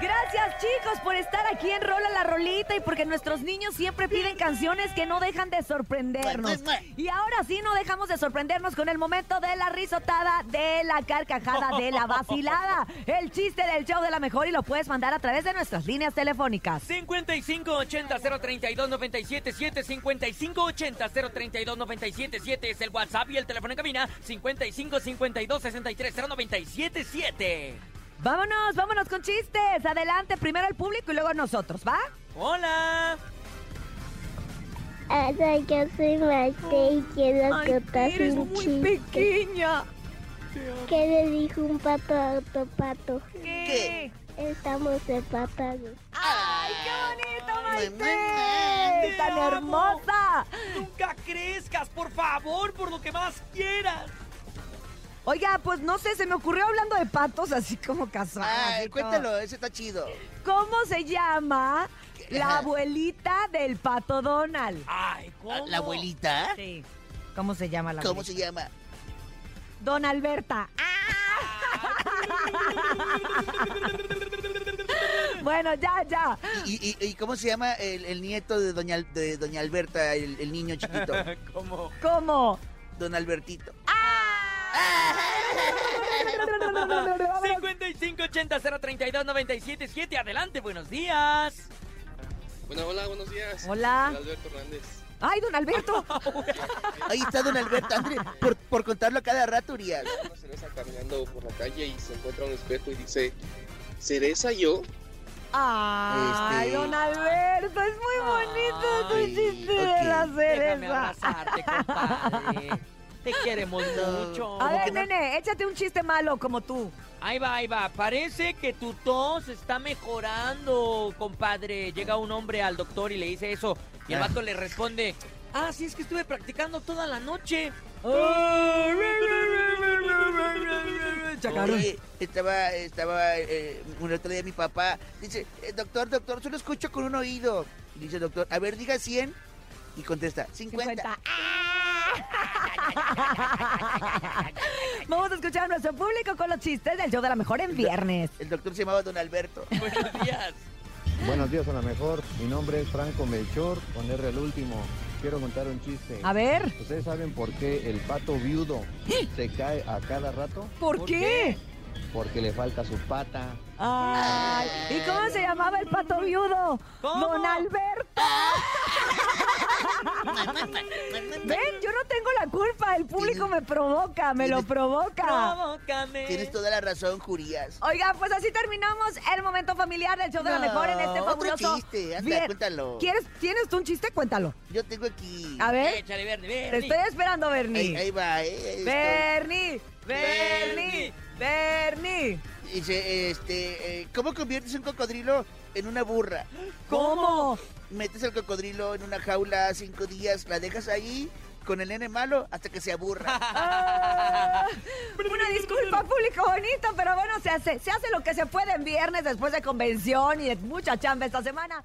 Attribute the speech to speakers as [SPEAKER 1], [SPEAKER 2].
[SPEAKER 1] Gracias chicos por estar aquí en Rola la Rolita y porque nuestros niños siempre piden canciones que no dejan de sorprendernos. Y ahora sí no dejamos de sorprendernos con el momento de la risotada, de la carcajada, de la vacilada, el chiste del show de la mejor y lo puedes mandar a través de nuestras líneas telefónicas.
[SPEAKER 2] 5580-032-977 5580-032-977 es el WhatsApp y el teléfono en cabina 5552-630977
[SPEAKER 1] Vámonos, vámonos con chistes. Adelante, primero el público y luego nosotros, ¿va?
[SPEAKER 2] Hola
[SPEAKER 3] Hola, yo soy Maite y quiero contar un chiste.
[SPEAKER 1] pequeña.
[SPEAKER 3] ¿Qué le dijo un pato a otro pato?
[SPEAKER 1] ¿Qué?
[SPEAKER 3] Estamos empatados.
[SPEAKER 1] ¡Ay, qué bonito, Maite! ¡Tan hermosa!
[SPEAKER 2] Nunca crezcas, por favor, por lo que más quieras
[SPEAKER 1] Oiga, pues no sé, se me ocurrió hablando de patos así como casual.
[SPEAKER 4] Ay,
[SPEAKER 1] así
[SPEAKER 4] cuéntalo, ese está chido.
[SPEAKER 1] como- ¿Cómo se llama la
[SPEAKER 4] Ajá.
[SPEAKER 1] abuelita del pato Donald?
[SPEAKER 2] Ay, ¿cómo?
[SPEAKER 4] ¿La abuelita?
[SPEAKER 1] Sí. ¿Cómo se llama la
[SPEAKER 4] ¿Cómo
[SPEAKER 1] abuelita?
[SPEAKER 4] se llama?
[SPEAKER 1] Don Alberta. bueno, ya, ya.
[SPEAKER 4] ¿Y, y- y cómo se llama el, el nieto de doña, Al- de doña Alberta, el, el niño chiquito?
[SPEAKER 2] ¿Cómo?
[SPEAKER 1] ¿Cómo?
[SPEAKER 4] Don Albertito.
[SPEAKER 2] 5580-032-977 Adelante, buenos días
[SPEAKER 5] Bueno, hola, buenos días.
[SPEAKER 1] Hola.
[SPEAKER 5] Soy Alberto Hernández.
[SPEAKER 1] Ay, don Alberto.
[SPEAKER 4] Ahí está Don Alberto, André, por, por contarlo a cada rato, Urias.
[SPEAKER 5] Una cereza caminando por la calle y se encuentra un espejo y dice, ¿cereza yo?
[SPEAKER 1] Ay,
[SPEAKER 4] Este-
[SPEAKER 1] don Alberto, es muy bonito tu
[SPEAKER 4] Ay,
[SPEAKER 1] chiste de
[SPEAKER 4] ok.
[SPEAKER 1] la
[SPEAKER 2] Déjame
[SPEAKER 1] cereza.
[SPEAKER 2] abrazarte, compadre Te queremos mucho
[SPEAKER 1] A ver,
[SPEAKER 4] que no?
[SPEAKER 1] nene, échate un chiste malo como tú.
[SPEAKER 2] Ahí va, ahí va. Parece que tu tos está mejorando, compadre. Llega un hombre al doctor y le dice eso. Y el
[SPEAKER 4] Ah.
[SPEAKER 2] vato le responde, ah, sí, es que estuve practicando toda la noche.
[SPEAKER 4] Ah.
[SPEAKER 1] Chacarrón.
[SPEAKER 4] Oye, estaba, estaba eh, un otro día mi papá, dice, eh, doctor, doctor, solo escucho con un oído. Y dice el doctor, a ver, diga 100. Y contesta, 50.
[SPEAKER 1] 50. Vamos a escuchar a nuestro público con los chistes del show de la mejor en viernes.
[SPEAKER 4] El doctor se llamaba Don Alberto.
[SPEAKER 2] Buenos días.
[SPEAKER 6] Buenos días a la mejor, mi nombre es Franco Melchor, con R el último. Quiero contar un chiste.
[SPEAKER 1] A ver, ¡Eh!
[SPEAKER 6] ¿Ustedes saben por qué el pato viudo se cae a cada rato?
[SPEAKER 1] ¿por
[SPEAKER 2] ¿Por
[SPEAKER 1] qué?
[SPEAKER 6] Porque le falta su pata.
[SPEAKER 1] Ay, ¿y cómo se llamaba el pato viudo?
[SPEAKER 2] ¿Cómo?
[SPEAKER 1] Don Alberto. Ven, yo no tengo la culpa, el público me provoca, me lo
[SPEAKER 4] Tienes-
[SPEAKER 1] provoca.
[SPEAKER 2] Provócame.
[SPEAKER 4] Tienes toda la razón, Jurías.
[SPEAKER 1] Oiga, pues así terminamos el momento familiar del show de la
[SPEAKER 4] No,
[SPEAKER 1] mejor en este
[SPEAKER 4] otro
[SPEAKER 1] fabuloso.
[SPEAKER 4] chiste, anda,
[SPEAKER 1] vier-
[SPEAKER 4] cuéntalo.
[SPEAKER 1] ¿Quieres, ¿Tienes tú un chiste? Cuéntalo.
[SPEAKER 4] Yo tengo aquí.
[SPEAKER 1] A ver,
[SPEAKER 2] Échale, Bernie,
[SPEAKER 1] te
[SPEAKER 2] Bernie.
[SPEAKER 1] estoy esperando,
[SPEAKER 4] Ahí,
[SPEAKER 1] Bernie.
[SPEAKER 4] ahí va, eh, eh, esto.
[SPEAKER 1] Bernie, Bernie, Bernie.
[SPEAKER 4] Dice, este, eh, ¿cómo conviertes un cocodrilo en una burra?
[SPEAKER 1] ¿Cómo?
[SPEAKER 4] Metes al cocodrilo en una jaula cinco días, la dejas ahí con el nene malo hasta que se aburra.
[SPEAKER 1] Ah, Una disculpa, público bonito, pero bueno, se hace, se hace lo que se puede en viernes después de convención y de mucha chamba esta semana.